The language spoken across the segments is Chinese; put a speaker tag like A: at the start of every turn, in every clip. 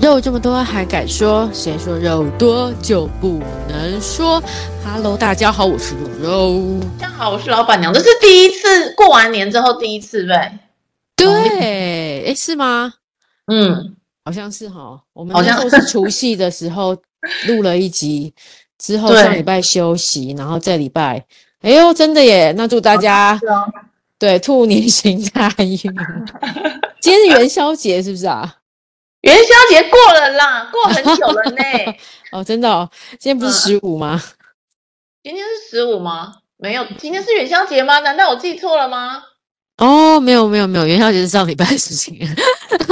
A: 肉这么多还敢说？谁说肉多就不能说？Hello，大家好，我是肉肉。
B: 大家好，我是老板娘，这是第一次过完年之后第一次呗。
A: 对，哎，是吗？
B: 嗯，
A: 好像是哈。我们
B: 好
A: 那
B: 像
A: 时候是除夕的时候录了一集，之 后
B: 对
A: 上礼拜休息，然后这礼拜，哎呦，真的耶！那祝大 家
B: 是啊，
A: 对兔年行大运。今天是元宵节，是不是啊？
B: 元宵节过了啦，过很久了 呢。
A: 哦，真的哦，今天不是十五吗？
B: 今天是十五吗？没有，今天是元宵节吗？难道我记错了吗？
A: 哦，没有没有没有，元宵节是上礼拜的事情，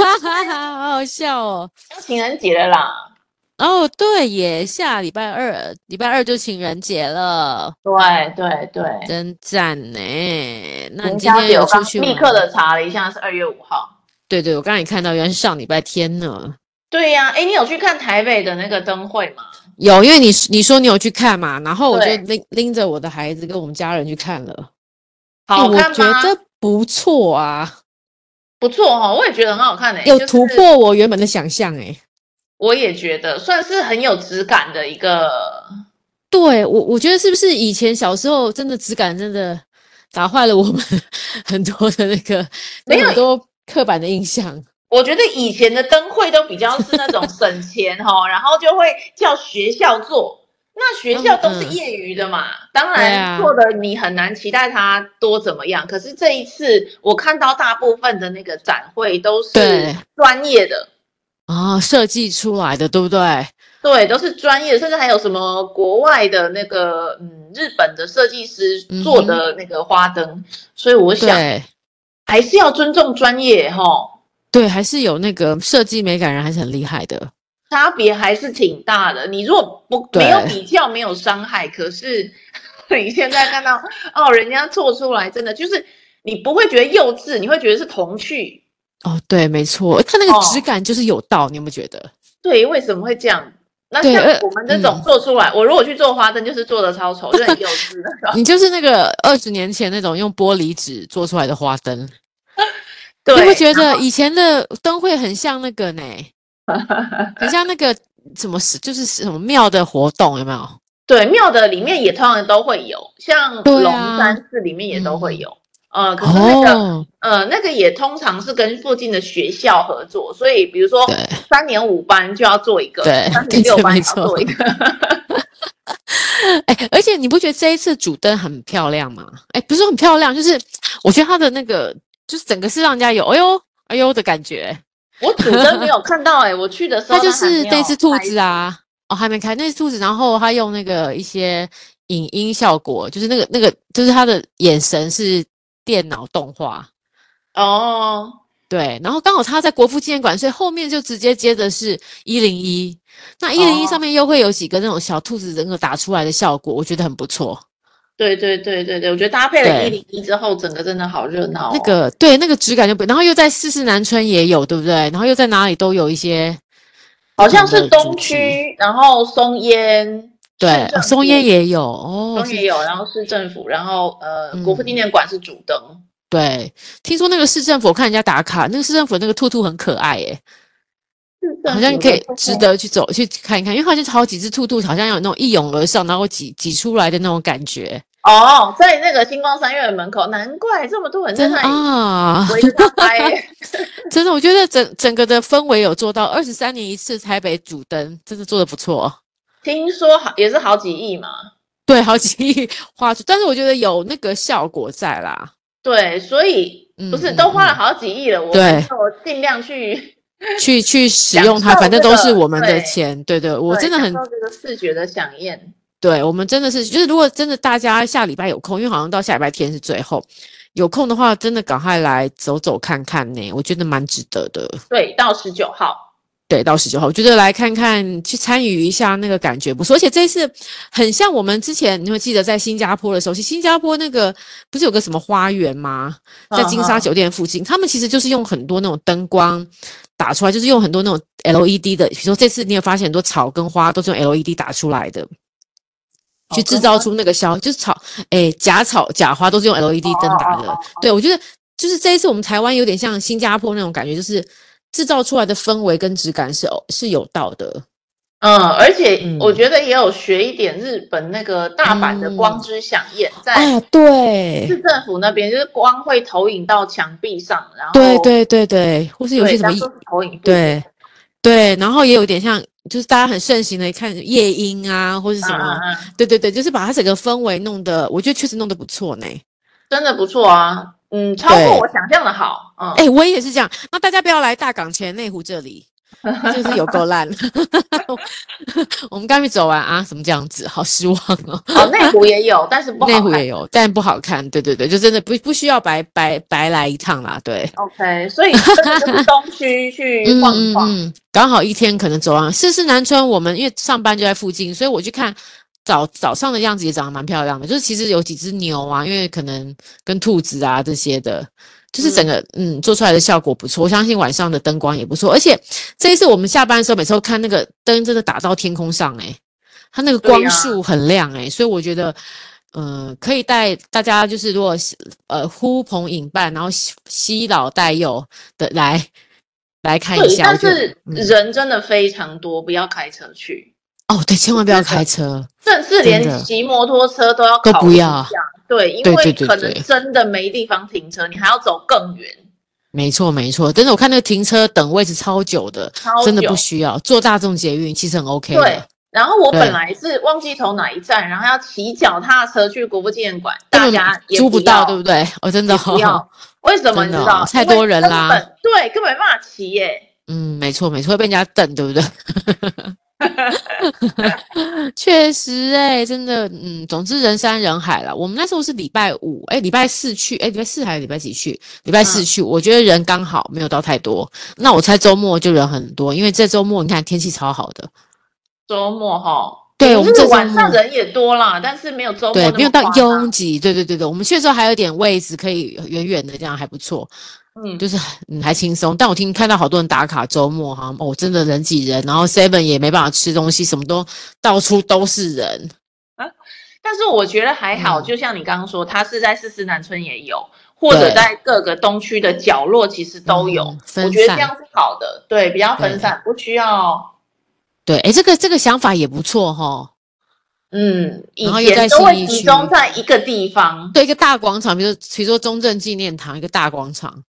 A: 好好笑哦。
B: 要情人节了啦。
A: 哦，对耶，下礼拜二，礼拜二就情人节了，
B: 对对对，
A: 真赞呢。那你
B: 元
A: 今
B: 宵
A: 天
B: 节
A: 有
B: 我
A: 出
B: 刚
A: 去
B: 立
A: 吗
B: 刻的查了一下，是二月五号。
A: 对对，我刚才也看到，原来是上礼拜天呢。
B: 对呀、哎，你有去看台北的那个灯会吗？
A: 有，因为你你说你有去看嘛，然后我就
B: 对
A: 拎拎着我的孩子跟我们家人去看了，哎
B: 好
A: 我
B: 看
A: 觉
B: 吗？
A: 得不错啊，
B: 不错哦，我也觉得很好看诶、
A: 有
B: 就是
A: 突破我原本的想象哎、
B: 我也觉得算是很有质感的一个，
A: 对我，我觉得是不是以前小时候真的质感真的打坏了我们 很多的那个
B: 没有
A: 很多刻板的印象？
B: 我觉得以前的灯会都比较是那种省钱 哈、然后就会叫学校做。那学校都是
A: 嗯嗯
B: 业余的嘛，当
A: 对啊
B: 然做的你很难期待它多怎么样。可是这一次我看到大部分的那个展会都
A: 对
B: 是专业的，
A: 啊、设计出来的，对不对？
B: 对，都是专业的，甚至还有什么国外的那个嗯日本的设计师做的那个花灯，所以我想
A: 嗯对
B: 还是要尊重专业哈、
A: 对，还是有那个设计美感人还是很厉害的。
B: 差别还是挺大的。你如果不
A: 对
B: 没有比较，没有伤害，可是 你现在看到哦，人家做出来真的就是你不会觉得幼稚，你会觉得是童趣。
A: 哦，对，没错，它那个质
B: 哦
A: 感就是有道，你有没有觉得？
B: 对，为什么会这样？那
A: 对
B: 像
A: 呃
B: 我们这种做出来，我如果去做花灯，就是做的超丑，就很幼稚那 种。
A: 你就是那个二十年前那种用玻璃纸做出来的花灯，
B: 对，
A: 你会觉得以前的灯会很像那 个呢，很像那个什么是就是什么庙的活动，有没有？
B: 对庙的里面也通常都会有，像
A: 对啊嗯
B: 龙山寺里面也都会有。呃，可是那个、
A: 哦，
B: 呃，那个也通常是跟附近的学校合作，所以比如说
A: 对
B: 三年五班就要做一个，
A: 对
B: 三年六班也
A: 对
B: 要做一个。
A: 哎、而且你不觉得这一次主灯很漂亮吗？哎、不是很漂亮，就是我觉得它的那个就是整个是让人家有哎呦哎呦的感觉。
B: 我主灯没有看到哎、 我去的时候
A: 它就
B: 它还
A: 是
B: 没有
A: 那只兔
B: 开
A: 子啊，哦还没开那只兔子，然后它用那个一些影音效果，就是那个那个就是它的眼神是电脑动画。
B: 哦，
A: 对，然后刚好它在国父纪念馆，所以后面就直接接的是一零一。那一零一
B: 哦
A: 上面又会有几个那种小兔子那个打出来的效果，我觉得很不错。
B: 对对对对对，我觉得搭配了
A: 对
B: 一零一之后，整个真的好热闹、哦。
A: 那个对那个质感就不，然后又在四四南村也有，对不对？然后又在哪里都有一些不
B: 好
A: 同的
B: 像
A: 主题，
B: 是东区，然后松烟，
A: 对，
B: 市
A: 哦
B: 政
A: 松
B: 府
A: 烟也有哦，
B: 松
A: 是
B: 烟有，然后市政府，然后呃国父纪
A: 嗯
B: 念馆是主灯。
A: 对，听说那个市政府，我看人家打卡，那个市政府那个兔兔很可爱耶，
B: 市政
A: 好像
B: 府
A: 可
B: 的
A: 以
B: 部
A: 值
B: 分
A: 得去走去看一看，因为好像就好几只兔兔，好像有那种一涌而上，然后挤挤出来的那种感觉，
B: 哦，在那个星光三月的门口，难怪这么多人在
A: 真的
B: 那里
A: 啊，
B: 围着他拍 耶。
A: 真的，我觉得整整个的氛围有做到，二十三年一次台北主灯，真的做的不错。哦
B: 听说好也是好几亿嘛，
A: 对，好几亿花出，但是我觉得有那个效果在啦。
B: 对，所以
A: 嗯
B: 不是
A: 嗯
B: 都花了
A: 嗯
B: 好几亿了，我
A: 对
B: 们就尽量去
A: 去去使
B: 享
A: 用它，
B: 受
A: 反正
B: 这
A: 都是
B: 个
A: 我们的
B: 对
A: 钱。对对， 我
B: 对
A: 真的
B: 享
A: 很
B: 受这个视觉的响应。
A: 对，我们真的是，就是如果真的大家下礼拜有空，因为好像到下礼拜天是最后，有空的话，真的赶快来走走看看呢，我觉得蛮值得的。
B: 对，到十九号，
A: 对，到十九号，我觉得来看看，去参与一下那个感觉不错，而且这次很像我们之前，你会记得在新加坡的时候，其实新加坡那个不是有个什么花园吗？在金沙
B: 嗯
A: 酒店附近，他们其实就是用很多那种灯光打出来，就是用很多那种 LED 的，比如说这次你也发现很多草跟花都是用 LED 打出来的，去
B: 草
A: 制
B: 跟
A: 造
B: 花
A: 出那个消，就是草，诶，假草假花都是用 LED 灯打的。
B: 哦哦哦
A: 对，我觉得就是这一次我们台湾有点像新加坡那种感觉，就是制造出来的氛围跟质感是哦是有道的。
B: 嗯，而且
A: 嗯
B: 我觉得也有学一点日本那个大阪的光之响宴，在
A: 啊，对
B: 市，政府那边就是光会投影到墙壁上，然后
A: 对对对对，或是有
B: 哦对
A: 些什么
B: 当做是投影布
A: 对对，然后也有点像，就是大家很盛行的看夜莺啊，或是什
B: 嗯
A: 么，
B: 嗯嗯，
A: 对对对，就是把它整个氛围弄得，我觉得确实弄得不错呢。
B: 真的不错啊，嗯，超
A: 对
B: 过我想象的好， 嗯，
A: 哎、我也是这样。那大家不要来大港前内湖这里，就是有够烂了。 我们刚没走完啊，怎么这样子？好失望哦。
B: 哦，内湖也有，但是不好
A: 内湖
B: 看
A: 也有，但不好看。对对对，就真的不不需要白白白来一趟啦。对，
B: OK，所以真的就是东区去
A: 嗯
B: 逛 一
A: 嗯
B: 逛，
A: 嗯，刚好一天可能走完。四四南村，我们因为上班就在附近，所以我去看早早上的样子也长得蛮漂亮的。就是其实有几只牛啊，因为可能跟兔子啊这些的，就是整个嗯做出来的效果不错。我相信晚上的灯光也不错，而且这一次我们下班的时候，每次都看那个灯真的打到天空上、欸，它那个
B: 对
A: 光
B: 啊
A: 束很亮、欸，所以我觉得。嗯，可以带大家就是如果是呃呼朋引伴，然后吸吸老带幼的来来看一
B: 对，
A: 下。我
B: 但
A: 觉得
B: 是
A: 嗯
B: 人真的非常多，不要开车去，
A: 哦，对，千万不要
B: 真的
A: 开车。
B: 甚至
A: 真
B: 连
A: 的
B: 骑摩托车都要
A: 都
B: 考
A: 不
B: 虑一
A: 要
B: 下，对，因
A: 对
B: 为
A: 对对
B: 可能
A: 对
B: 真的没地方停车，你还要走更远，
A: 没错，没错，真的，我看那个停车等位置超久的，
B: 超
A: 真的不
B: 久
A: 需要坐大众捷运，其实很 OK 的。
B: 对，然后我
A: 对
B: 本来是忘记投哪一站，然后要骑脚踏车去国父纪念馆，
A: 根
B: 大
A: 本
B: 家也
A: 哎租不到，对
B: 要
A: 不对？哦，真的、
B: 也不
A: 哦
B: 要，，为什么
A: 真
B: 你
A: 的
B: 知
A: 哦
B: 道？
A: 太
B: 因为
A: 多人
B: 根
A: 啦
B: 本，对，根本没办法骑耶。
A: 嗯，没错，没错，会被人家瞪，对不 对？确实、哎，真的，嗯，总之人山人海了。我们那时候是礼拜五，哎，礼拜四去，哎，礼拜四还是礼拜几去？礼拜四
B: 嗯
A: 去，我觉得人刚好，没有到太多。那我猜周末就人很多，因为这周末你看天气超好的，
B: 周末哈，
A: 对
B: 也
A: 我
B: 不
A: 们
B: 是
A: 这周
B: 晚上
A: 末
B: 人也多啦，但是没有周末
A: 对，
B: 那
A: 没有
B: 么
A: 到
B: 夸张
A: 拥挤，对对对对，我们去的时候还有点位置可以远远的，这样还不错，
B: 嗯，
A: 就是嗯还轻松。但我听看到好多人打卡周末哈，哦真的人挤人，然后 Seven 也没办法吃东西，什么都到处都是人。
B: 但是我觉得还好，
A: 嗯
B: 就像你刚刚说，它是在四四南村也有，或者
A: 对
B: 在各个东区的角落，其实都有。
A: 嗯
B: 我
A: 分
B: 觉得
A: 散
B: 这样是好的，对，比较
A: 对
B: 分散，不需要。
A: 对，诶，这个这个想法也不错哈、
B: 嗯，以
A: 然后又在
B: 前都
A: 信义
B: 会集
A: 区
B: 中在一个地方，
A: 对，一个大广场，比如说比如说中正纪念堂一个大广场，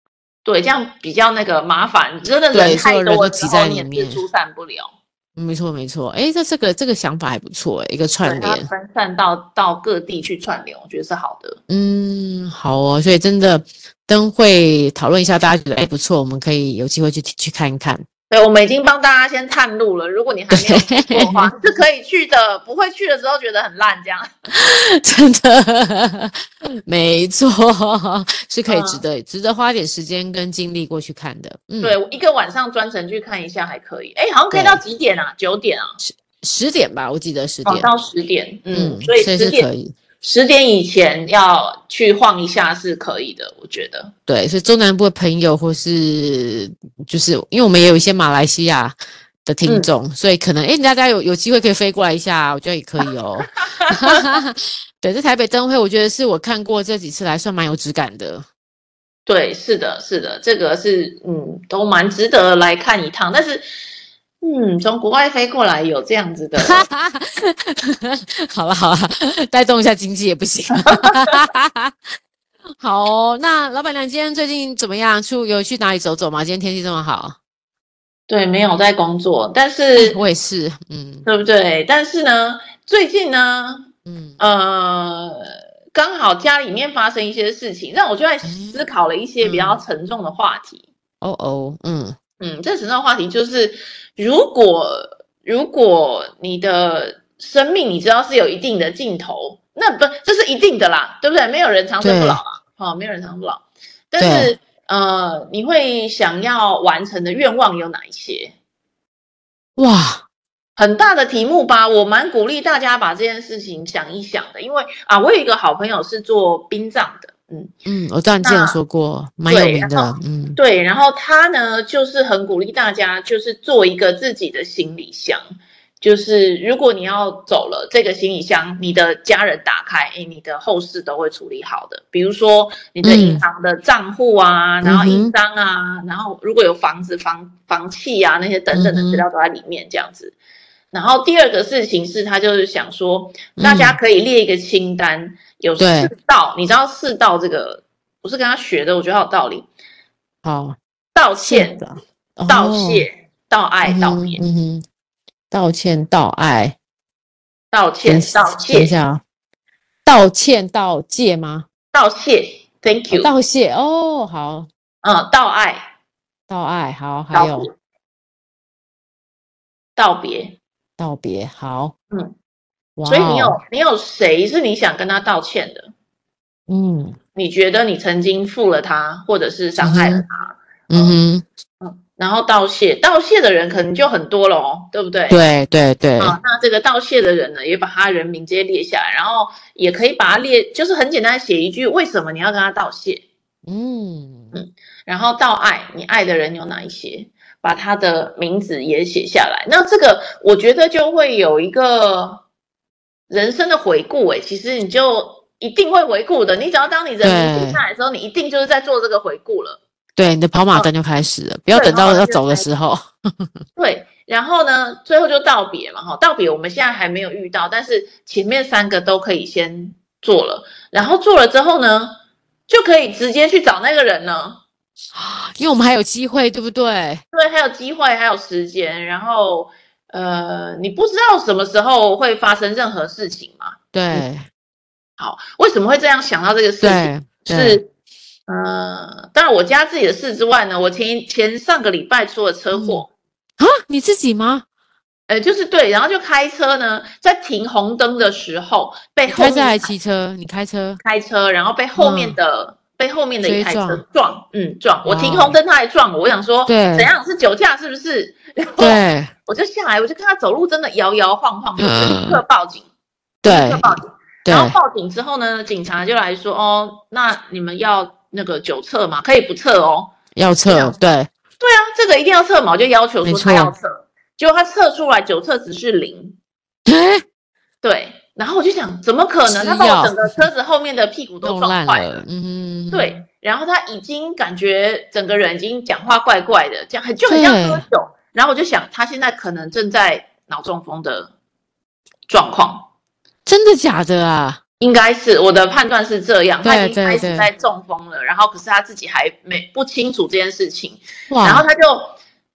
B: 对，这样比较那个麻烦，真的
A: 对
B: 人
A: 所有
B: 太
A: 人
B: 多
A: 都
B: 了
A: 挤
B: 之
A: 在
B: 后，你
A: 里
B: 也
A: 面
B: 是疏散不了，
A: 嗯没错没错，诶，这这个这个想法还不错，诶一个
B: 对啊
A: 串，
B: 它
A: 联。
B: 分散到到各地去串联，我觉得是好的。
A: 嗯，好哦，所以真的灯会讨论一下，大家觉得哎不错，我们可以有机会去去看一看。
B: 对，我们已经帮大家先探路了。如果你还没有去过的话，是可以去的。不会去的时候觉得很烂，这样。
A: 真的， 没错，是可以值
B: 嗯
A: 得、值得花点时间跟精力过去看的。嗯，
B: 对，，我一个晚上专程去看一下还可以。哎，好像可以到几点啊？九点啊？
A: 十点吧，我记得十
B: 哦，
A: 点。
B: 到十点。嗯，所
A: 所
B: 以
A: 以
B: 十
A: 是可
B: 点
A: 以。
B: 十点以前要去晃一下是可以的，我觉得。
A: 对，所以中南部的朋友或是就是因为我们也有一些马来西亚。的听
B: 嗯
A: 众，所以可能哎，大家有有机会可以飞过来一下，我觉得也可以哦。 对，这台北灯会，我觉得是我看过这几次来算蛮有质感的。
B: 对，是的，是的，这个是嗯，都蛮值得来看一趟。但是，嗯，从国外飞过来有这样子的，
A: 好了好了，带动一下经济也不行。 好哦、那老板娘今天最近怎么样？出有去哪里走走吗？今天天气这么好，
B: 对，没有在工作，但是
A: 我也是，嗯
B: 对不对？但是呢，最近呢，
A: 嗯
B: 呃，刚好家里面发生一些事情，让我就在
A: 嗯
B: 思考了一些比较沉重的话题。
A: 哦哦嗯
B: 嗯，这沉重的话题就是，如果如果你的生命你知道是有一定的尽头，那不这是一定的啦，对不对？没有人长生不老啦，好、没有人长生不老。但是呃，你会想要完成的愿望有哪一些？
A: 哇
B: 很大的题目吧，我蛮鼓励大家把这件事情想一想的，因为啊，我有一个好朋友是做殡葬的，嗯，
A: 嗯，我知道你之前有说过，蛮有
B: 对
A: 名
B: 然
A: 的
B: 后，
A: 嗯
B: 对，然后他呢就是很鼓励大家就是做一个自己的行李箱，就是如果你要走了，这个行李箱你的家人打开，诶，你的后事都会处理好的。比如说你
A: 嗯
B: 的银行的账户啊，然后印章啊，然后如果有房子、房房契啊那些等
A: 嗯
B: 等的资料都在里面，这样子。然后第二个事情是，他就是想说，大家可以列一个清单，有
A: 嗯对
B: 四道，你知道四道这个，我是跟他学的，我觉得好有道理。
A: 好，
B: 道歉、
A: 的，
B: 道谢、道爱、
A: 哦嗯
B: 道
A: 哼
B: 别、
A: 嗯哼，道歉，道爱，
B: 道歉、
A: 等
B: 道
A: 等一
B: 谢、
A: 下啊，道歉，道戒吗？
B: 道谢，Thank
A: 哦
B: you，
A: 道谢哦，好，
B: 嗯，道爱、
A: 道爱，好，还
B: 道别
A: 有、
B: 道别。
A: 道别，好，
B: 嗯，
A: 哇
B: 所以你
A: 哦
B: 有你有谁是你想跟他道歉的？
A: 嗯
B: 你觉得你曾经负了他，或者是伤害了他，
A: 嗯哼，
B: 然后道谢，道谢的人可能就很多了哦，对不对？
A: 对对对，
B: 啊，那这个道谢的人呢，也把他人名直接列下来，然后也可以把他列，就是很简单地写一句为什么你要跟他道谢，
A: 嗯
B: 然后道爱，你爱的人有哪一些，把他的名字也写下来。那这个我觉得就会有一个人生的回顾、欸，其实你就一定会回顾的。你只要当你人名写下来的时候，你一定就是在做这个回顾了。
A: 对，你的跑马灯就开始了，不要
B: 对
A: 等
B: 跑
A: 到
B: 马
A: 要
B: 灯就
A: 走的
B: 开
A: 时候，
B: 对，然后呢，最后就道别嘛，哈，道别我们现在还没有遇到，但是前面三个都可以先做了，然后做了之后呢，就可以直接去找那个人了。
A: 因为我们还有机会，对不对？
B: 对，还有机会，还有时间，然后呃，你不知道什么时候会发生任何事情嘛？嗯
A: 对
B: 好，为什么会这样想到这个事情？
A: 对对，
B: 是，呃，当然我家自己的事之外呢，我前前上个礼拜出了车祸。
A: 啊，你自己吗？
B: 呃，就是对，然后就开车呢，在停红灯的时候被
A: 你
B: 后
A: 开车还
B: 面
A: 是骑车？你开车？
B: 开车，然后被后面
A: 嗯
B: 的、被后面的一
A: 追
B: 台车
A: 撞
B: 撞，嗯，撞。我停
A: 哇
B: 红灯，他还撞我，我想说
A: 对
B: 怎样是酒驾是不是？ 然后
A: 对
B: 我就下来，我就看他走路真的摇摇晃晃的，我就立刻报警，立
A: 对
B: 刻报警。
A: 啊对
B: 然后报警之后呢，警察就来说，哦，那你们要那个酒测嘛，可以不测哦。
A: 要测，对
B: 对啊，这个一定要测嘛，我就要求
A: 没
B: 说他要
A: 错
B: 测，结果他测出来酒测值是零。
A: 哎
B: 对，然后我就想，怎么可能？
A: 吃
B: 他把
A: 药
B: 我整个车子后面的屁股都
A: 弄
B: 撞
A: 烂
B: 坏
A: 了，嗯，
B: 对，然后他已经感觉整个人已经讲话怪怪的，这样很就很像喝
A: 对
B: 酒。然后我就想，他现在可能正在脑中风的状况，
A: 真的假的啊？
B: 应该是我的判断是这样，他已
A: 对
B: 经开
A: 对
B: 始
A: 对
B: 在中风了。然后可是他自己还没不清楚这件事情，然后
A: 哇，
B: 他就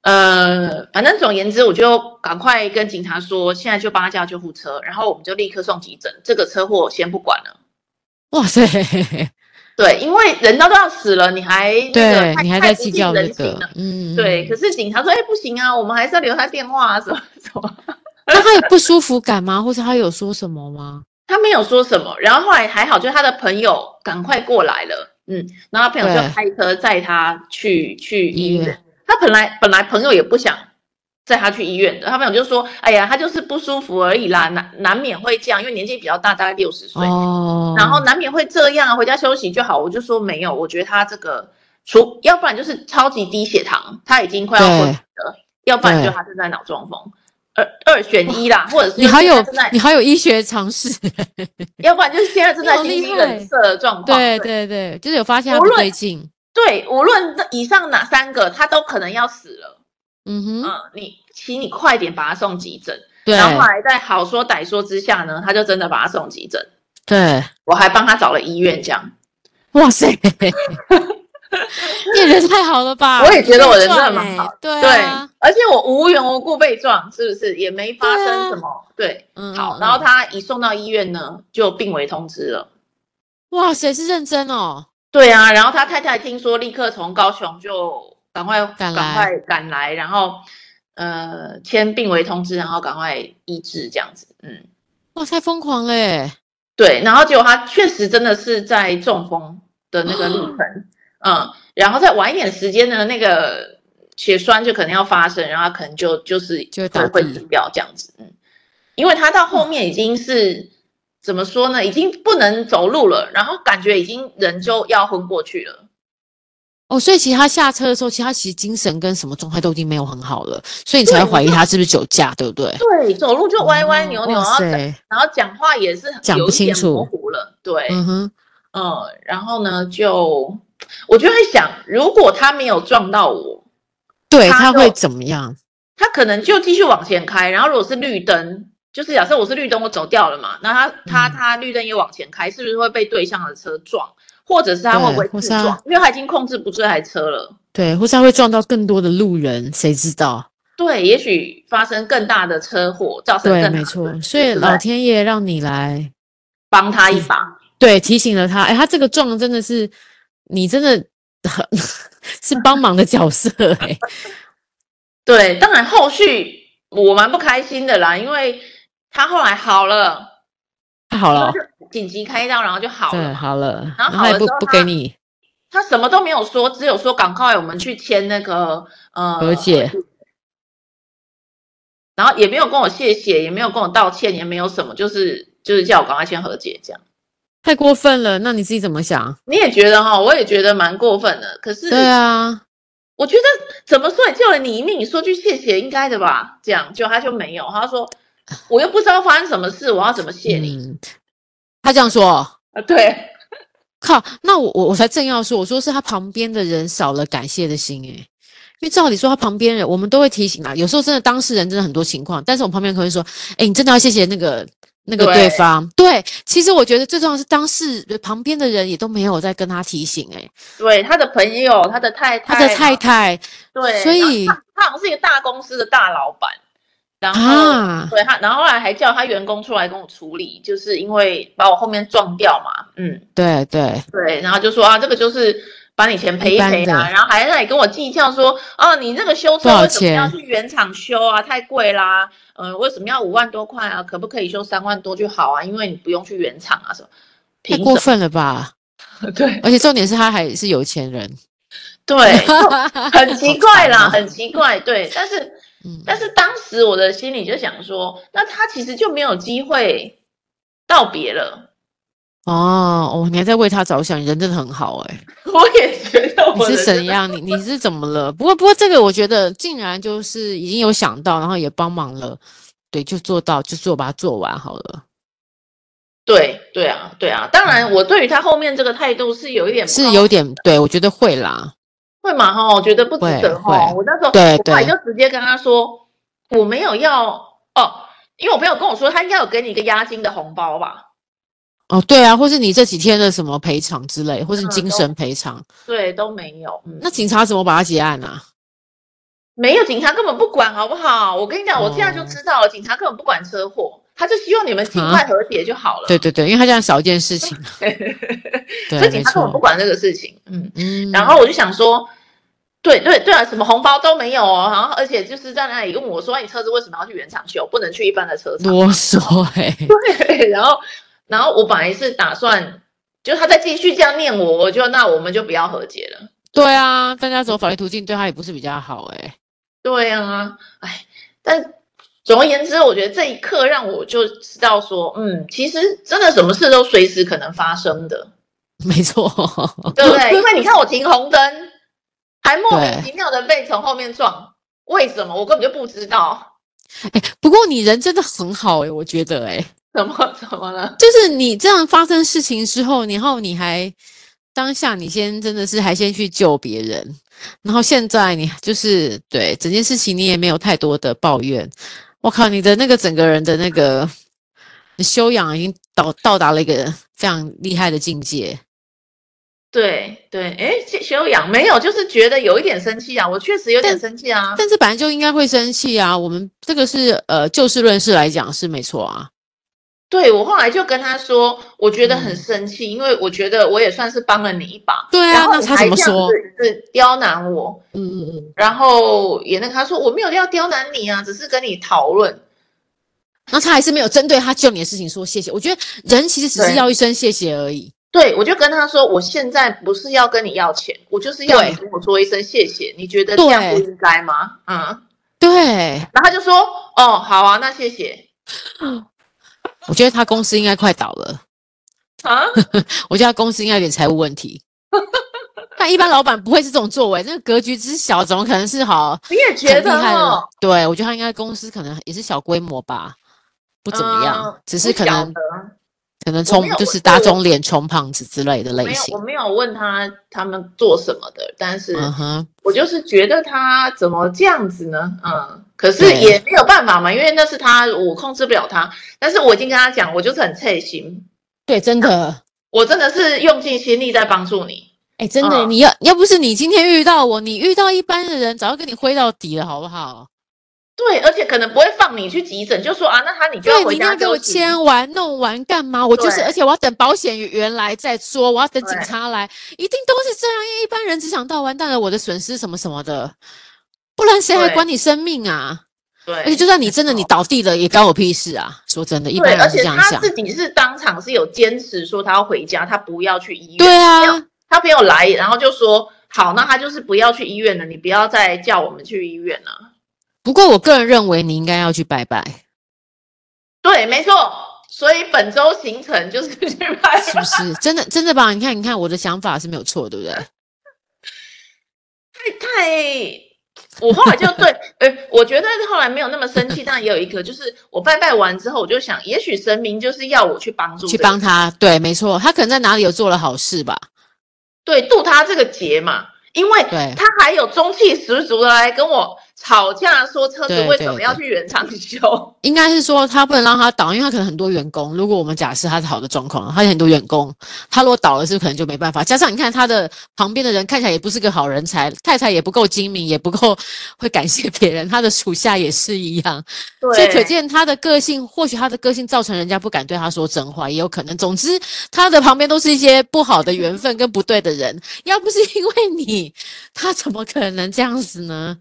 B: 呃，反正总而言之，我就赶快跟警察说，现在就帮他叫救护车，然后我们就立刻送急诊。这个车祸先不管了。
A: 哇塞，
B: 对，因为人都要死了，你还那
A: 对
B: 个太
A: 你还
B: 太
A: 在
B: 不
A: 计
B: 近
A: 较这
B: 人情
A: 个
B: 了，，
A: 嗯，
B: 对。可是警察说，哎，不行啊，我们还是要留他电话啊，什么什么。
A: 那他有不舒服感吗？或者他有说什么吗？
B: 他没有说什么，然后后来还好，就是他的朋友赶快过来了，嗯，然后他朋友就
A: 对
B: 开车载他去去医
A: 医
B: 院
A: 院。
B: 他本来本来朋友也不想载他去医院的，他朋友就说，哎呀，他就是不舒服而已啦，难难免会这样，因为年纪比较大，大概六十岁，
A: 哦，
B: 然后难免会这样啊，回家休息就好。我就说没有，我觉得他这个除要不然就是超级低血糖，他已经快要昏迷了，要不然就
A: 对
B: 他正在脑中风，二二选一啦，或者是
A: 你还有
B: 现在正在，
A: 你还有医学常 识，
B: 要不然就是现在正在经
A: 你
B: 历
A: 好厉害
B: 冷色的状况，
A: 对对对，就是有发现他
B: 无
A: 不
B: 哦论
A: 对劲，
B: 对，无论那以上哪三个，他都可能要死了。
A: 嗯哼，
B: 嗯，你请你快点把他送急诊。
A: 对
B: 然后后来在好说歹说之下呢，他就真的把他送急诊，
A: 对，
B: 我还帮他找了医院，这样。
A: 哇 塞，你也人太好了吧？
B: 我也觉得我人真的
A: 赚
B: 蛮好
A: 欸，对
B: 对
A: 啊，，
B: 而且我无缘无故被撞，是不是也没发生什么？对，
A: 嗯，
B: 好，
A: 嗯
B: 然后
A: 嗯
B: 他一送到医院呢，就病危通知了。
A: 哇塞，是认真哦，
B: 对啊，然后他太太听说，立刻从高雄就赶快
A: 赶来
B: 快赶来，然后呃签病危通知，然后赶快医治这样子。嗯，
A: 哇，太疯狂欸嘞！
B: 对，然后结果他确实真的是在中风的那个 路程，嗯，然后再晚一点时间呢，那个血栓就可能要发生，然后他可能就就是
A: 就会
B: 会
A: 倒
B: 会
A: 地
B: 死掉这样子。嗯，因为他到后面已经是。怎么说呢？已经不能走路了，然后感觉已经人就要昏过去了。
A: 哦，所以其实他下车的时候，其实他其实精神跟什么状态都已经没有很好了，所以你才会怀疑他是不是酒驾，对不对？
B: 对，走路就歪歪扭扭，
A: 哦
B: 然
A: 哇
B: 后
A: 塞，
B: 然后讲话也是
A: 讲
B: 有
A: 不
B: 一
A: 清
B: 点
A: 楚
B: 模糊了，对，
A: 嗯哼，
B: 嗯，然后呢，就我就会想，如果他没有撞到我，
A: 对，
B: 他
A: 他
B: 就
A: 会怎么样？
B: 他可能就继续往前开。然后如果是绿灯，就是假设我是绿灯，我走掉了嘛，那他他
A: 嗯
B: 他绿灯也往前开，是不是会被对向的车撞？或者是他会不
A: 对
B: 会
A: 或
B: 自
A: 是他
B: 撞？因为他已经控制不住这台车了。
A: 对，或是他会撞到更多的路人，谁知道？
B: 对，也许发生更大的车祸，造成
A: 对，
B: 更
A: 没
B: 大的
A: 错，所以
B: 对
A: 老天爷让你来，
B: 帮他一把。
A: 对，提醒了他。哎，他这个撞的真的是，你真的很 是帮忙的角色哎、
B: 对，当然后续我蛮不开心的啦，因为他后来好了，
A: 太好了，
B: 紧急开刀，然后就好了
A: 啊对，
B: 嘛。
A: 好了，
B: 然后好
A: 他也
B: 了
A: 不
B: 之后
A: 不
B: 他
A: 给你，
B: 他什么都没有说，只有说赶快我们去签那个呃
A: 和解，
B: 然后也没有跟我谢谢，也没有跟我道歉，也没有什么，就是就是叫我赶快签和解这样。
A: 太过分了。那你自己怎么想？
B: 你也觉得哈，我也觉得蛮过分的。可是
A: 对啊，
B: 我觉得怎么说也救了你一命，你说句谢谢应该的吧？这样就他就没有，他说我又不知道发生什么事，我要怎么谢你？
A: 嗯，他这样说。
B: 啊，对，
A: 靠，那我我我才正要说，我说是他旁边的人少了感谢的心诶、欸因为照理说他旁边人，我们都会提醒啊。有时候真的当事人真的很多情况，但是我们旁边可能会说，哎，你真的要谢谢那个那个对
B: 对
A: 方。对，其实我觉得最重要的是当事旁边的人也都没有在跟他提醒诶、
B: 对，他的朋友，他的太太，
A: 他的太太
B: 对，
A: 所
B: 然后
A: 以
B: 他他好像是一个大公司的大老板，然后、
A: 啊，
B: 对他，然后后来还叫他员工出来跟我处理，就是因为把我后面撞掉嘛，嗯，
A: 对对，
B: 对，然后就说啊，这个就是把你钱赔一赔
A: 一般
B: 啊，
A: 的
B: 然后还在那里跟我计较说，哦，你那个修车
A: 多少
B: 为什么要
A: 钱
B: 去原厂修啊？太贵啦，嗯、为什么要五万多块啊？可不可以修三万多就好啊？因为你不用去原厂啊什么，
A: 太
B: 凭
A: 过
B: 什
A: 分了吧？
B: 么？对
A: 而且重点是他还是有钱人，
B: 对，很奇怪啦，
A: 好惨哦
B: 很奇怪，对，但是。
A: 嗯，
B: 但是当时我的心里就想说，那他其实就没有机会道别了。
A: 哦哦，你还在为他着想，你人真的很好欸诶、
B: 我也觉得
A: 你
B: 我的
A: 是怎样？你你是怎么了？不过不过这个我觉得竟然就是已经有想到，然后也帮忙了，对，就做到就做把它做完好了，
B: 对对啊对啊。当然，我对于他后面这个态度是有一点
A: 嗯
B: 不
A: 是
B: 高
A: 有点对我觉得会啦，
B: 会嘛哈，我觉得不值得
A: 会
B: 哈。
A: 会
B: 我那时候
A: 对
B: 我后来
A: 对
B: 就直接跟他说，我没有要哦，因为我朋友跟我说他应该有给你一个押金的红包吧。
A: 哦对啊，或是你这几天的什么赔偿之类，或是
B: 嗯
A: 精
B: 都
A: 神赔偿，
B: 对，都没有，嗯，
A: 那警察怎么把它结案啊？
B: 没有，警察根本不管，好不好？我跟你讲，我现在就
A: 哦
B: 知道了，警察根本不管车祸，他就希望你们尽
A: 啊
B: 快和解就好了。
A: 对对对，因为他这样少一件事情，对
B: 所以，警
A: 没
B: 察根本不
A: 错，
B: 管这个事情，嗯。
A: 嗯，
B: 然后我就想说，对对对啊，什么红包都没有哦，然后而且就是在那里问我说，哎你车子为什么要去原厂修，不能去一般的车厂？
A: 啰嗦哎、
B: 对，然后然后我本来是打算，就他再继续这样念我，我就那我们就不要和解了。
A: 对啊，大家走法律途径对他也不是比较好哎、
B: 对啊，哎，但总而言之，我觉得这一刻让我就知道说，嗯，其实真的什么事都随时可能发生的。
A: 没错，
B: 对不 对？因为你看我停红灯，还莫
A: 对
B: 名其妙的被从后面撞，为什么？我根本就不知道，
A: 不过你人真的很好哎、我觉得哎、
B: 怎么怎么了？
A: 就是你这样发生事情之后，然后你还当下你先真的是还先去救别人，然后现在你就是对整件事情你也没有太多的抱怨。我靠，你的那个整个人的那个你修养已经到到达了一个非常厉害的境界。
B: 对对，哎，修修养没有，就是觉得有一点生气啊，我确实有点生气啊。
A: 但是本来就应该会生气啊，我们这个是呃就事论事来讲是没错啊。
B: 对我后来就跟他说，我觉得很
A: 嗯
B: 生气，因为我觉得我也算是帮了你一把。
A: 对啊
B: 然，后
A: 那
B: 你
A: 他
B: 还
A: 怎么
B: 这样
A: 说
B: 子？？是刁难我，
A: 嗯嗯嗯，
B: 然后也那个他说我没有要刁难你啊，只是跟你讨论。
A: 然后他还是没有针对他救你的事情说谢谢。我觉得人其实只是
B: 对
A: 要一声谢谢而已。
B: 对，我就跟他说，我现在不是要跟你要钱，我就是要你跟我说一声谢谢。你觉得这样不
A: 对
B: 应该吗？嗯，
A: 对，
B: 然后他就说，哦，好啊，那谢谢
A: 我觉得他公司应该快倒了，
B: 啊。
A: 我觉得他公司应该有点财务问题。但一般老板不会是这种作为，那个格局之小，怎么可能是好？
B: 你也觉得
A: 很厉害
B: 哦
A: 的？对，我觉得他应该公司可能也是小规模吧，不怎么样，
B: 嗯
A: 只是
B: 不
A: 可
B: 晓
A: 能
B: 得
A: 可能
B: 我没
A: 充
B: 有
A: 就是
B: 我
A: 打
B: 对
A: 肿脸充胖子之类的类
B: 没有，
A: 型
B: 我。没有问他他们做什么的，但是
A: 嗯哼，
B: 我就是觉得他怎么这样子呢？嗯，可是
A: 对
B: 也没有办法嘛，因为那是他，我控制不了他。但是我已经跟他讲，我就是很脆心，
A: 对，真的。
B: 我真的是用尽心力在帮助你。
A: 哎、真的，
B: 嗯
A: 你要要不是你今天遇到我，你遇到一般的人，早就跟你挥到底了，好不好？
B: 对，而且可能不会放你去急诊，就说啊，那他你
A: 对，
B: 就要
A: 你一
B: 回
A: 定
B: 家
A: 要给我
B: 休息。
A: 签完、弄完干嘛？我就是，
B: 对
A: 而且我要等保险员来再说，我要等警
B: 对
A: 察来，一定都是这样。因为一般人只想到完蛋了，我的损失什么什么的，不然谁还
B: 对
A: 管你生命啊？
B: 对，
A: 而且就算你真的
B: 没错
A: 你倒地了，也关我屁事啊！说真的，一
B: 对，
A: 般
B: 而
A: 人是
B: 且
A: 这样
B: 他
A: 想。
B: 自己是当场是有坚持说他要回家，他不要去医院。
A: 对啊，
B: 他朋友来，然后就说好，那他就是不要去医院了，你不要再叫我们去医院了。
A: 不过我个人认为你应该要去拜拜，
B: 对，没错。所以本周行程就是去拜
A: 是不
B: 拜，
A: 是？真的真的吧？你看，你看，我的想法是没有错，对不对？
B: 太。我后来就对， 呃，我觉得后来没有那么 生气，但也有一个，就是我拜拜完之后，我就想，也许神明就是要我去帮助、
A: 去帮，他，对，没错，他可能在哪里有做了好事吧？
B: 对，渡他这个劫嘛，因为
A: 对
B: 他还有中气十足的来跟我吵架，说车子
A: 对
B: 为什
A: 对
B: 么要去原厂 修？
A: 应该是说他不能让他倒，因为他可能很多员工。如果我们假设他是好的状况，他有很多员工，他如果倒了，是不是可能就没办法？加上你看他的旁边的人看起来也不是个好人才，太太也不够精明，也不够会感谢别人，他的属下也是一样。所以可见他的个性，或许他的个性造成人家不敢对他说真话，也有可能。总之，他的旁边都是一些不好的缘分跟不对的人，要不是因为你，他怎么可能这样子呢？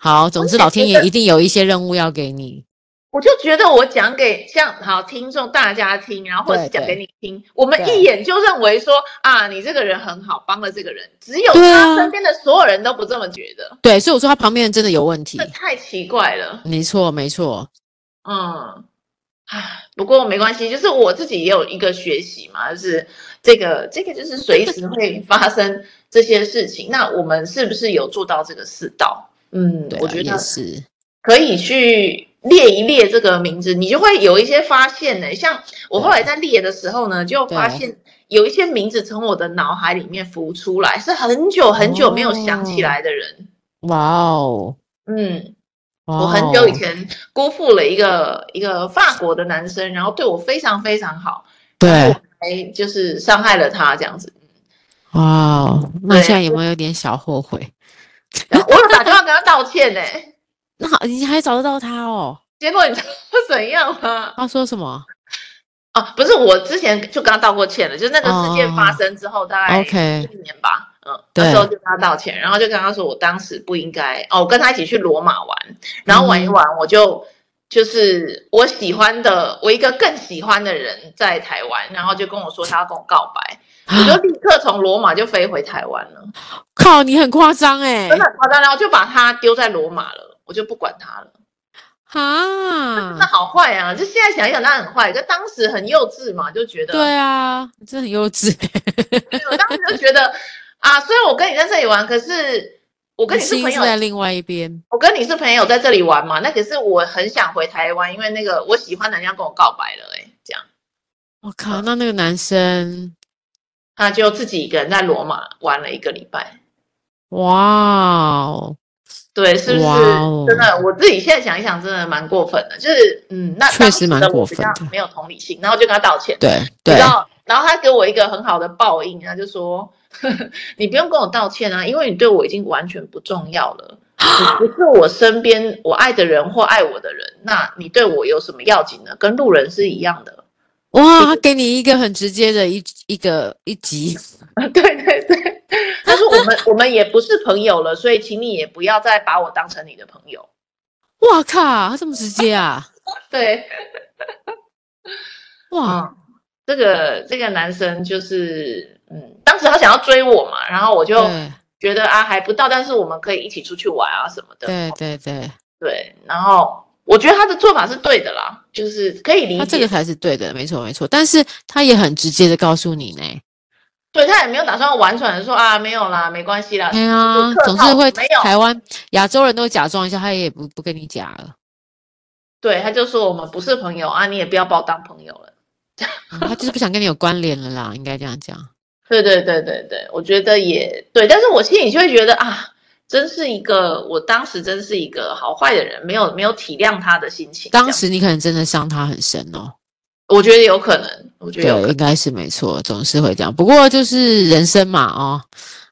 A: 好，总之
B: 我也
A: 老天
B: 觉
A: 爷
B: 得
A: 一定有一些任务要给你。
B: 我就觉得我讲给像好听众大家听，然后或者是
A: 对
B: 讲给
A: 对
B: 你听，我们
A: 对
B: 一眼就认为说啊，你这个人很好，帮了这个人，只有
A: 对啊
B: 他身边的所有人都不这么觉得，
A: 对，所以我说他旁边人真的有问题
B: 这。太奇怪了。
A: 没错，没错，
B: 嗯，唉，不过没关系，就是我自己也有一个学习嘛，就是这个这个就是随时会发生这些事情，那我们是不是有做到这个四道？嗯
A: 对，啊，
B: 我觉
A: 也
B: 得
A: 是。
B: 可以去列一列这个名字，你就会有一些发现呢、像我后来
A: 啊
B: 在列的时候呢，就发现有一些名字从我的脑海里面浮出来，是很久很久没有想起
A: 哦
B: 来的人。
A: 哇哦，
B: 嗯，
A: 哇哦
B: 我很久以前辜负了一个一个法国的男生，然后对我非常非常好，
A: 对，
B: 还就是伤害了他这样子。
A: 哇哦，那你
B: 对
A: 现在有没有有点小后悔？
B: 然后我有打电话跟他道歉呢、
A: 那好，你还找得到他哦？
B: 结果你知道怎样吗？
A: 他说什么
B: 哦、不是，我之前就跟他道过歉了，就是那个事件发生之后，大概
A: 哦？OK，
B: 一年吧，嗯，
A: 对
B: 那时候就跟他道歉，然后就跟他说我当时不应该哦，我跟他一起去罗马玩，然后玩
A: 嗯
B: 一玩，我就就是我喜欢的，我一个更喜欢的人在台湾，然后就跟我说他要跟我告白，
A: 啊
B: 我就立刻从罗马就飞回台湾了，
A: 靠，你很夸张哎、
B: 真的很夸张，然后就把他丢在罗马了，我就不管他了，那
A: 哈，
B: 好坏啊，就现在想一想那很坏，可当时很幼稚嘛，就觉得
A: 对啊，你真的很幼稚、
B: 对我当时就觉得啊，虽然我跟你在这里玩，可是我跟你是
A: 欸心
B: 朋
A: 是
B: 友，
A: 在另外一边，
B: 我跟你是朋友在这里玩嘛，那可是我很想回台湾，因为那个我喜欢的人要跟我告白了、欸，哎，这样
A: 我
B: 嗯
A: 靠，那那个男生，
B: 他就自己一个人在罗马玩了一个礼拜，
A: 哇哦，
B: 对，是不
A: 哇哦
B: 是真的？我自己现在想一想，真的蛮过分的，就是嗯，那
A: 确实蛮
B: 当时的
A: 过
B: 我比
A: 分
B: 较
A: 的
B: 没有同理心，然后就跟他道歉，
A: 对
B: 你
A: 对
B: 知，道，然后他给我一个很好的报应，啊他就说：“ 你不用跟我道歉啊，因为你对我已经完全不重 要了，你不是我身边我爱的人或爱我的人，那你对我有什么要紧呢？跟路人是一样的。
A: 哇，他给你一个很直接的一一个一集，”
B: 对对对，他说：“我们我们也不是朋友了，所以请你也不要再把我当成你的朋友。
A: 哇靠，他这么直接啊，”
B: 对，
A: 哇，
B: 嗯，这个这个男生就是，嗯，当时他想要追我嘛，然后我就
A: 对
B: 觉得啊还不到，但是我们可以一起出去玩啊什么的。
A: 对对对，
B: 对，然后我觉得他的做法是对的啦，就是可以理
A: 他
B: 解。
A: 这个才是对的，没错没错，但是他也很直接的告诉你呢，
B: 对他也没有打算婉转的说啊，没有啦，没关系啦。
A: 哎呀
B: 就呃客，套
A: 总是会
B: 没有
A: 台湾亚洲人都会假装一下，他也不不跟你假了、
B: 对，他就说我们不是朋友啊，你也不要把我当朋友了。
A: 嗯他就是不想跟你有关联了啦，应该这样 讲。
B: 对对对对对，我觉得也对，但是我心里就会觉得啊，真是一个，我当时真是一个好坏的人，没有没有体谅他的心情。
A: 当时你可能真的伤他很深哦，
B: 这样我觉得有可能，我觉得有可
A: 对，
B: 能
A: 应该是没错，总是会这样。不过就是人生嘛，哦，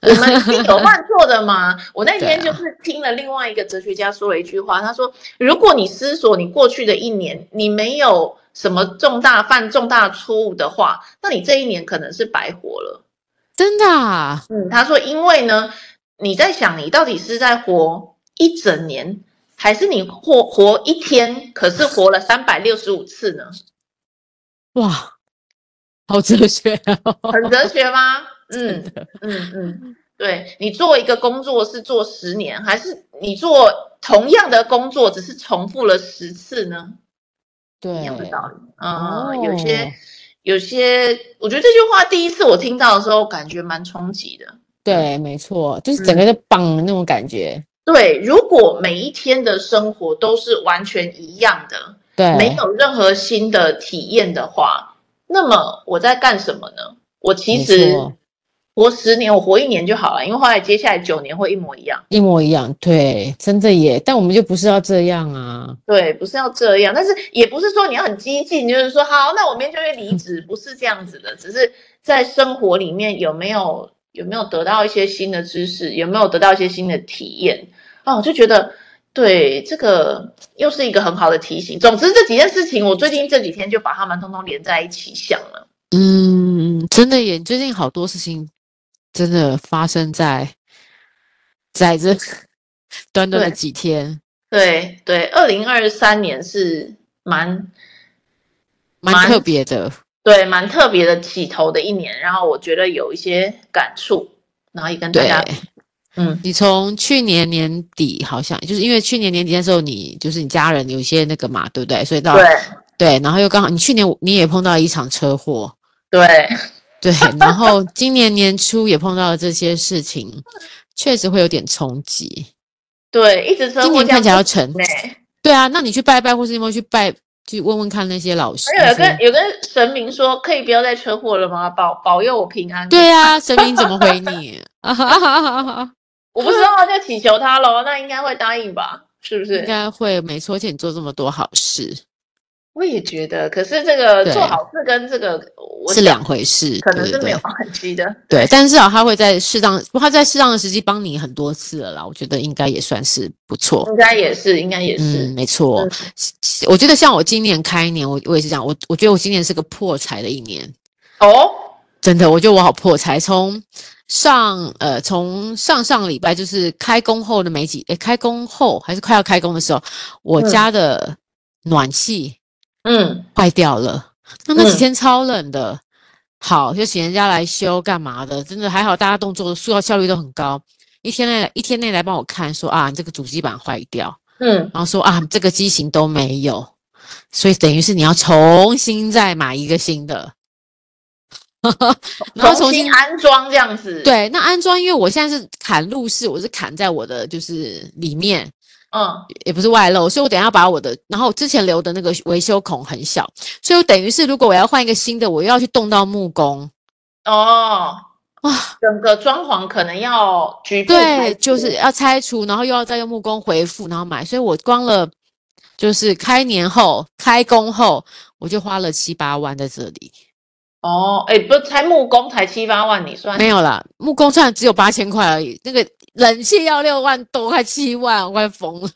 B: 我们一 定有犯错的嘛。我那天
A: 对
B: 就
A: 啊
B: 是听了另外一个哲学家说了一句话，他说：“如果你思索你过去的一年，你没有什么重大犯重大错误的话，那你这一年可能是白活了。”
A: 真的、啊，
B: 嗯，他说，因为呢，你在想你到底是在活一整年，还是你活活一天，可是活了三百六十五次呢？
A: 哇，好哲学哦。
B: 很哲学 吗？嗯嗯嗯，对你做一个工作是做十年，还是你做同样的工作只是重复了十次呢？一
A: 对
B: 样，的道理。
A: 哦
B: 嗯，有些有些，我觉得这句话第一次我听到的时候，感觉蛮冲击的。
A: 对，没错，就是
B: 嗯
A: 整个就绑的那种感觉。
B: 对，如果每一天的生活都是完全一样的，
A: 对，
B: 没有任何新的体验的话，那么我在干什么呢？我其
A: 没
B: 实
A: 错
B: 活十年，我活一年就好了，因为后来接下来九年会一模一样。
A: 一模一样，对，真的耶。但我们就不是要这样啊，
B: 对，不是要这样，但是也不是说你要很激进，就是说好，那我明天就会离 职，不是这样子的，只是在生活里面有没有有没有得到一些新的知识，有没有得到一些新的体验啊？我就觉得。对，这个又是一个很好的提醒。总之，这几件事情，我最近这几天就把它们通通连在一起想了。
A: 嗯，真的耶。最近好多事情真的发生在在这 短短的
B: 对
A: 几天，
B: 对对，二零二三年是蛮
A: 蛮
B: 蛮
A: 特别的。
B: 对蛮特别的起头的一年，然后我觉得有一些感触，然后也跟大
A: 对
B: 家，嗯
A: 你从去年年底好像就是因为去年年底那时候你就是你家人有一些那个嘛，对不对？所以到
B: 对
A: 对，然后又刚好你去年你也碰到一场车祸，
B: 对
A: 对，然后今年年初也碰到了这些事情，确实会有点冲击。
B: 对，一直车
A: 今
B: 祸
A: 年
B: 这
A: 看
B: 样
A: 起来要成
B: 子呢。
A: 对啊，那你去拜拜，或是你有没有去拜，去问问看那些老师？
B: 而
A: 那
B: 且有
A: 些
B: 跟有跟神明说，可以不要再车祸了吗？保保佑我平安。
A: 对 啊，神明怎么回你？
B: 我不知道，就祈求他喽。那应该会答应吧？是不
A: 应
B: 是？
A: 该会没错，而且你做这么多好事
B: 我也觉得，可是这个
A: 对
B: 做好事跟这个，我
A: 是
B: 想
A: 两回事，
B: 可能
A: 对
B: 是
A: 对
B: 没有
A: 对
B: 关系的。
A: 对，但至少他会在适当，他在适当的时机帮你很多次了啦，我觉得应该也算是不错。
B: 应该也是，应该也
A: 嗯，
B: 是。
A: 没错，
B: 嗯
A: 我觉得像我今年开年，我我也是这样，我我觉得我今年是个破财的一年，
B: 哦，
A: 真的，我觉得我好破财。从上呃，从上上礼拜就是开工后的没几，诶开工后还是快要开工的时候，我
B: 嗯
A: 家的暖气
B: 嗯
A: 坏掉了。那那几
B: 嗯
A: 天超冷的，好就请人家来修干嘛的，真的还好，大家动作速效效率都很高。一天内一天内来帮我看说啊，你这个主机板坏掉，
B: 嗯，
A: 然后说啊，这个机型都没有，所以等于是你要重新再买一个新的， 然后重
B: 重
A: 新
B: 新安装这样子。，
A: 对，那安装，因为我现在是砍入室，我是砍在我的就是里面，
B: 嗯，
A: 也不是外露，所以我等一下把我的，然后之前留的那个维修孔很小，所以我等于是如果我要换一个新的，我又要去动到木工
B: 哦，
A: 啊，
B: 整个装潢可能要局部
A: 对
B: 拆，除
A: 就是要拆除，然后又要再用木工回复，然后买，所以我光了就是开年后开工后，我就花了七八万在这里，
B: 哦，哎，不，拆木工才七八万，你算
A: 没有啦，木工虽然只有八千块而已，那个冷气要六万多，快七万，我快疯了。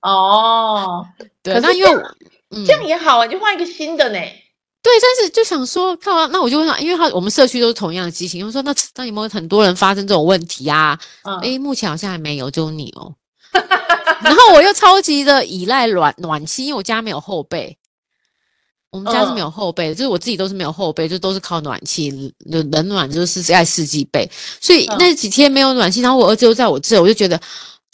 B: 哦，
A: 对，
B: 可
A: 那
B: 是
A: 因为
B: 这
A: 我
B: 样
A: 嗯
B: 这样也好啊，你就换一个新的呢。
A: 对，但是就想说，看啊完那我就问他，因为他我们社区都是同样的机型，我说那那有没有很多人发生这种问题啊？
B: 嗯，
A: 诶，目前好像还没有，就你哦。然后我又超级的依赖暖暖气，因为我家没有后背，我们
B: 嗯
A: 家是没有后背的，就是我自己都是没有后背，就都是靠暖气，冷冷暖就是在四季被，所以
B: 嗯
A: 那几天没有暖气，然后我儿子又在我这，我就觉得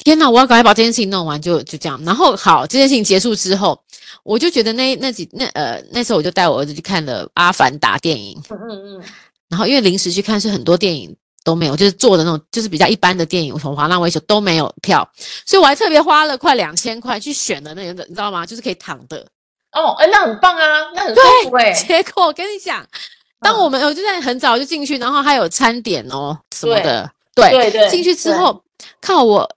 A: 天哪，我要赶快把这件事情弄完，就就这样。然后好，这件事情结束之后，我就觉得那那几那呃那时候我就带我儿子去看了《阿凡达》电影，
B: 嗯嗯嗯，
A: 然后因为临时去看是很多电影都没有，就是做的那种就是比较一般的电影，从华纳维修都没有票，所以我还特别花了快两千块去选了那个，你知道吗？就是可以躺的。
B: 哦，哎、那很棒啊，那很舒服哎、
A: 结果我跟你讲，当
B: 嗯
A: 我们我就在很早就进去，然后还有餐点哦什么的，对
B: 对对
A: 进去之后，靠我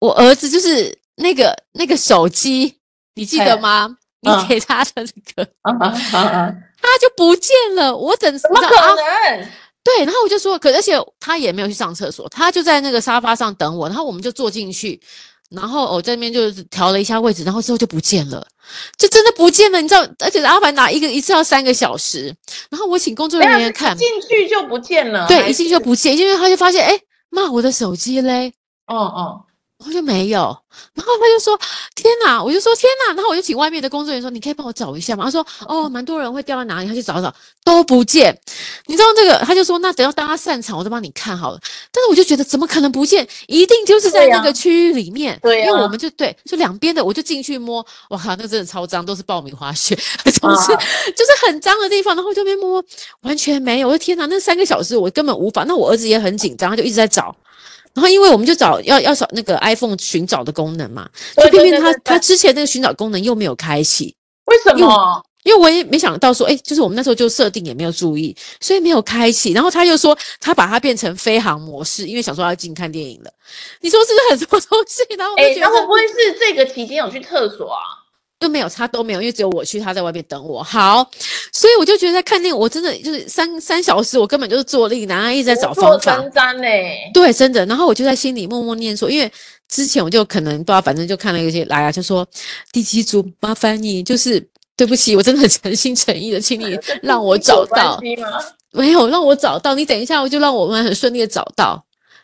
A: 我儿子就是那个那个手机，你记得
B: 嘿
A: 吗？你
B: 嗯
A: 给他的那个，
B: 啊啊啊啊！
A: 他就不见了。我整
B: 怎
A: 怎
B: 么可能？
A: 对，然后我就说，可而且他也没有去上厕所，他就在那个沙发上等我，然后我们就坐进去，然后我这边就是调了一下位置，然后之后就不见了，就真的不见了，你知道？而且阿凡达一个一次要三个小时，然后我请工作人
B: 没有
A: 员看，
B: 进去就不见了。
A: 对，
B: 还，
A: 一进去就是不见，因为他就发现，哎，妈，我的手机嘞，
B: 嗯嗯，
A: 然后就没有，然后他就说：“天哪！”我就说：“天哪！”然后我就请外面的工作人员说：“你可以帮我找一下吗？”他说：“哦，蛮多人会掉在哪里，他去找找，都不见。”你知道这个，他就说：“那等到大家散场，我再帮你看好了。”但是我就觉得怎么可能不见？一定就是在
B: 对呀
A: 那个区域里面，
B: 对啊呀
A: 因为我们就对，啊就两边的，我就进去摸，哇靠，那真的超脏，都是爆米花屑， 总是、
B: 啊
A: 就是很脏的地方，然后就边摸，完全没有。我的天哪，那三个小时我根本无法。那我儿子也很紧张，他就一直在找。然后因为我们就找要要找那个 iPhone 寻找的功能嘛，就
B: 对
A: 偏
B: 对对
A: 偏它
B: 对
A: 它
B: 对
A: 之前那个寻找功能又没有开启，
B: 为什
A: 用
B: 么？
A: 因为我也没想到说，哎，就是我们那时候就设定也没有注意，所以没有开启。然后他又说他把它变成飞行模式，因为想说要进看电影了。你说是不是很多东西？然后我
B: 哎，
A: 就觉
B: 那会
A: 得
B: 不会是这个期间有去厕所啊？
A: 都没有，他都没有，因为只有我去，他在外面等我。好，所以我就觉得在看电影，我真的就是三三小时，我根本就是坐立难安，一直在找
B: 做
A: 方法。
B: 登山嘞。
A: 对，真的。然后我就在心里默默念说，因为之前我就可能不知道，反正就看了一些来啊，就说第七组麻烦你，就是对不起，我真的很诚心诚意的，请你 让我找
B: 有关
A: 到，
B: 系吗？
A: 没有让我找到，你等一下，我就让我们很顺利的找到。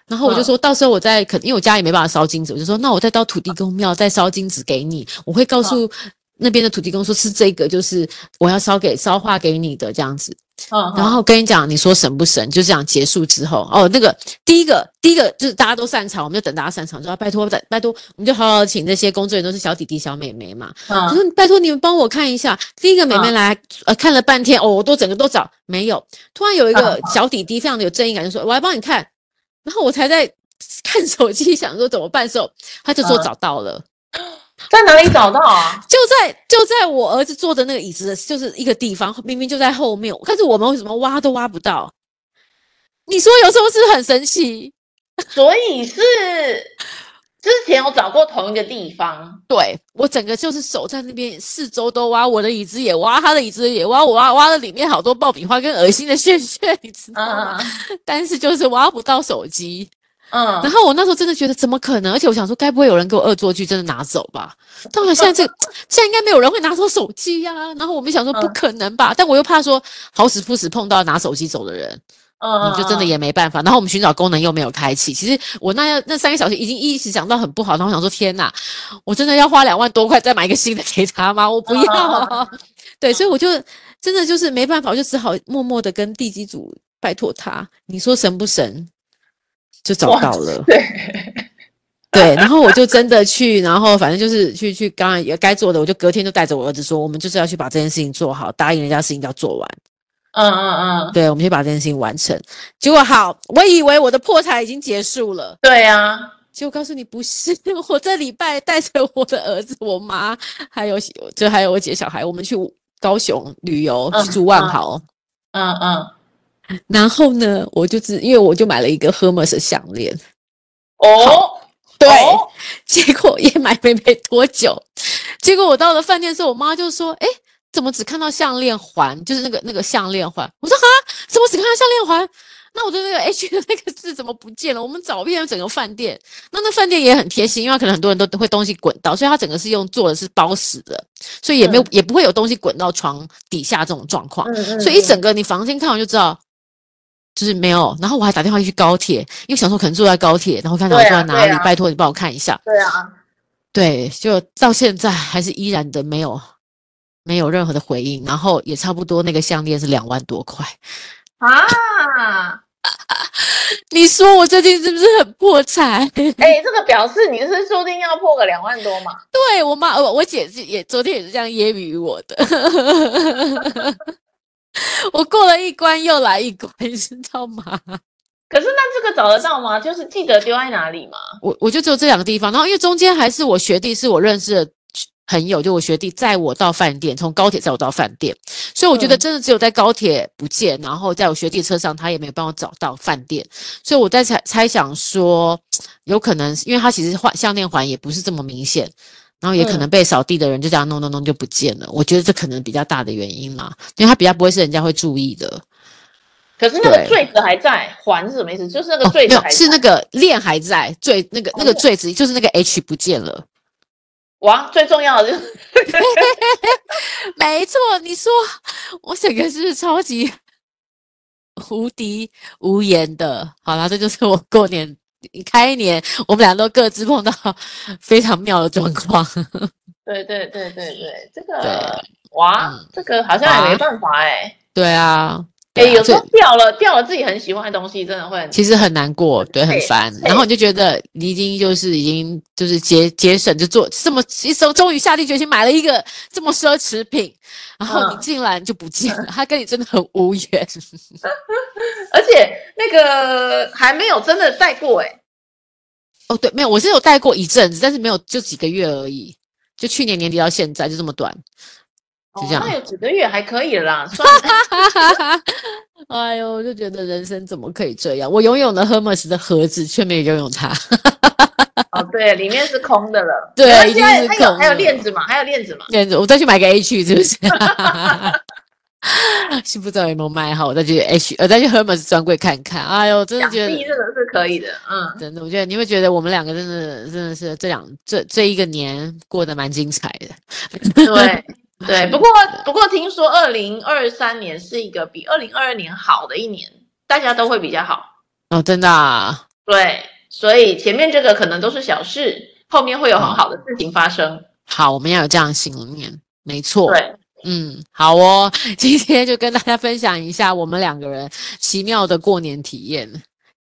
A: 然后我就
B: 嗯
A: 说到时候我再可，因为我家里没办法烧金子，我就说那我再到土地公庙再烧金子给你，我会告诉
B: 嗯
A: 那边的土地公说是这个，就是我要烧给烧化给你的这样子。
B: 嗯，
A: 然
B: 嗯
A: 后跟你讲，你说神不神？就这样结束之后，哦，那个第一个，第一个就是大家都散场，我们就等大家散场，就要拜托，拜拜托，我们就好好请这些工作人员都是小弟弟、小妹妹嘛，
B: 嗯
A: 我说拜托你们帮我看一下。第一个妹妹
B: 嗯
A: 来，呃，看了半天，哦，我都整个都找没有，突然有一
B: 嗯
A: 个小弟弟非常的有正义感，就说我来帮你看，然后我才在看手机想说怎么办的时候，他就说
B: 嗯
A: 找到了。
B: 在哪里找到啊？
A: 就在就在我儿子坐的那个椅子的，就是一个地方，明明就在后面，但是我们为什么挖都挖不到？你说有时候是不是很神奇？
B: 所以是之前我找过同一个地方，
A: 对我整个就是手在那边四周都挖，我的椅子也挖，他的椅子也挖，我挖挖了里面好多爆米花跟恶心的屑屑，你知道吗？
B: 嗯
A: 但是就是挖不到手机，然
B: 嗯，
A: 后我那时候真的觉得怎么可能？而且我想说，该不会有人给我恶作剧，真的拿走吧？当然，现在这 个现在应该没有人会拿走手机呀、然后我们想说，不
B: 嗯
A: 可能吧？但我又怕说好死不死碰到拿手机走的人，
B: 嗯，
A: 你就真的也没办法。然后我们寻找功能又没有开启，其实我那那三个小时已经一直讲到很不好，然后我想说，天哪，我真的要花两万多块再买一个新的给他吗？我不要
B: 嗯嗯
A: 啊。 对，所以我就真的就是没办法，我就只好默默的跟地基组拜托他，你说神不神？就找
B: 哇
A: 到了，
B: 对，
A: 对，然后我就真的去，然后反正就是去去，刚刚也该做的，我就隔天就带着我儿子说，我们就是要去把这件事情做好，答应人家事情要做完，
B: 嗯嗯 嗯，
A: 对，我们去把这件事情完成。结果好，我以为我的破财已经结束了，
B: 对啊，
A: 结果告诉你不是，我这礼拜带着我的儿子、我妈还有就还有我姐小孩，我们去高雄旅游，
B: 嗯
A: 去住万
B: 嗯
A: 豪。
B: 嗯嗯，
A: 然后呢，我就只因为我就买了一个 Hermes 的项链，
B: 哦，
A: 对
B: 哦
A: 结果也买没没多久，结果我到了饭店之后，我妈就说：“哎，怎么只看到项链环？就是那个那个项链环。”我说：“哈，怎么只看到项链环？那我的那个 H 的那个字怎么不见了？我们找遍了整个饭店，那那饭店也很贴心，因为可能很多人都会东西滚到，所以它整个是用做的是包死的，所以也没有、也不会有东西滚到床底下这种状况。
B: 嗯嗯，
A: 所以一整
B: 嗯
A: 个你房间看完就知道，就是没有。然后我还打电话去高铁，因为想说可能坐在高铁，然后看到我
B: 对啊
A: 坐在哪
B: 对
A: 里，
B: 啊
A: 拜托你帮我看一下。
B: 对啊，
A: 对，就到现在还是依然的没有没有任何的回应，然后也差不多那个项链是两万多块。嗯
B: 啊，
A: 你说我最近是不是很破 财？
B: 哎，这个表示你是注定要破个两万多嘛？
A: 对我妈，我我姐是也昨天也是这样揶揄我的。 我过了一关又来一关，你知道吗？
B: 可是那这个找得到吗？就是记得丢在哪里吗？
A: 我我就只有这两个地方，然后因为中间还是我学弟是我认识的朋友，就我学弟载我到饭店，从高铁载我到饭店，所以我觉
B: 嗯
A: 得真的只有在高铁不见，然后在我学弟车上他也没有帮我找到饭店，所以我在猜猜想说，有可能因为他其实换项链环也不是这么明显。然后也
B: 嗯
A: 可能被扫地的人就这样弄弄弄就不见了，我觉得这可能比较大的原因啦，因为他比较不会是人家会注意的。
B: 可是那个坠子还在，环是什么意思？就是那个
A: 哦，
B: 坠
A: 没
B: 子
A: 有
B: 还，在。
A: 是那个链还在，坠那个那个
B: 哦
A: 坠子就是那个 H 不见了。
B: 哇，最重要的就是
A: 没错，你说我整个是超级无敌无言的。好啦，这就是我过年开年，我们俩都各自碰到 非常妙的状况。
B: 对对对对对，这个
A: 对
B: 哇
A: 嗯，
B: 这个好像也
A: 哇
B: 没办法哎、
A: 对啊，
B: 哎、
A: 对啊
B: 有时
A: 这
B: 候掉了掉了自己很喜欢的东西，真的会很
A: 其实很难过，对，很
B: 对
A: 烦。
B: 对
A: 然后你就觉得你已经就是已经就是节节省，就做这么一手，终于下定决心买了一个这么奢侈品，然后你
B: 嗯
A: 竟然就不见了，他跟你真的很无缘。
B: 而且那个还没有真的戴过哎、
A: 哦，对，没有，我是有带过一阵子，但是没有就几个月而已，就去年年底到现在就这么 短，
B: 哦
A: 就这样
B: 那有几个月还可以啦，算
A: 哈哈哈。哎呦，我就觉得人生怎么可以这样？我拥有了 Hermes 的盒子，却没有拥有它。
B: 哦，对，里面是空的了。
A: 对啊
B: 没关系
A: 一定是
B: 还有
A: 空的
B: 还有链子嘛，还有链子嘛。
A: 那我再去买个 H 是不 是？是不知道有没有卖好，我再去 H，呃，再去 Hermes 专柜看看。哎呦，真的
B: 想
A: 觉
B: 必
A: 得，
B: 这个是可以的， 嗯，
A: 真的，我觉得你会觉得我们两个真的真的是这两这这一个年过得蛮精彩的。
B: 对对。不过
A: 啊
B: 不过，听说二零二三年是一个比二零二二年好的一年，大家都会比较好。
A: 哦，真的、啊，
B: 对，所以前面这个可能都是小事，后面会有很好的事情发生。
A: 好，我们要有这样的信念，没错。
B: 对，
A: 嗯，好哦，今天就跟大家分享一下我们两个人奇妙的过年体验，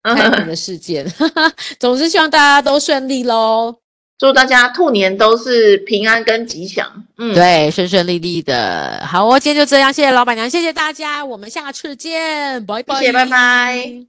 A: 开门
B: 嗯，
A: 的事件。 总之，希望大家都顺利喽，
B: 祝大家兔年都是平安跟吉祥。嗯，
A: 对，顺顺利利的。好哦，今天就这样，谢谢老板娘，谢谢大家，我们下次见，拜拜，
B: 谢谢，拜拜。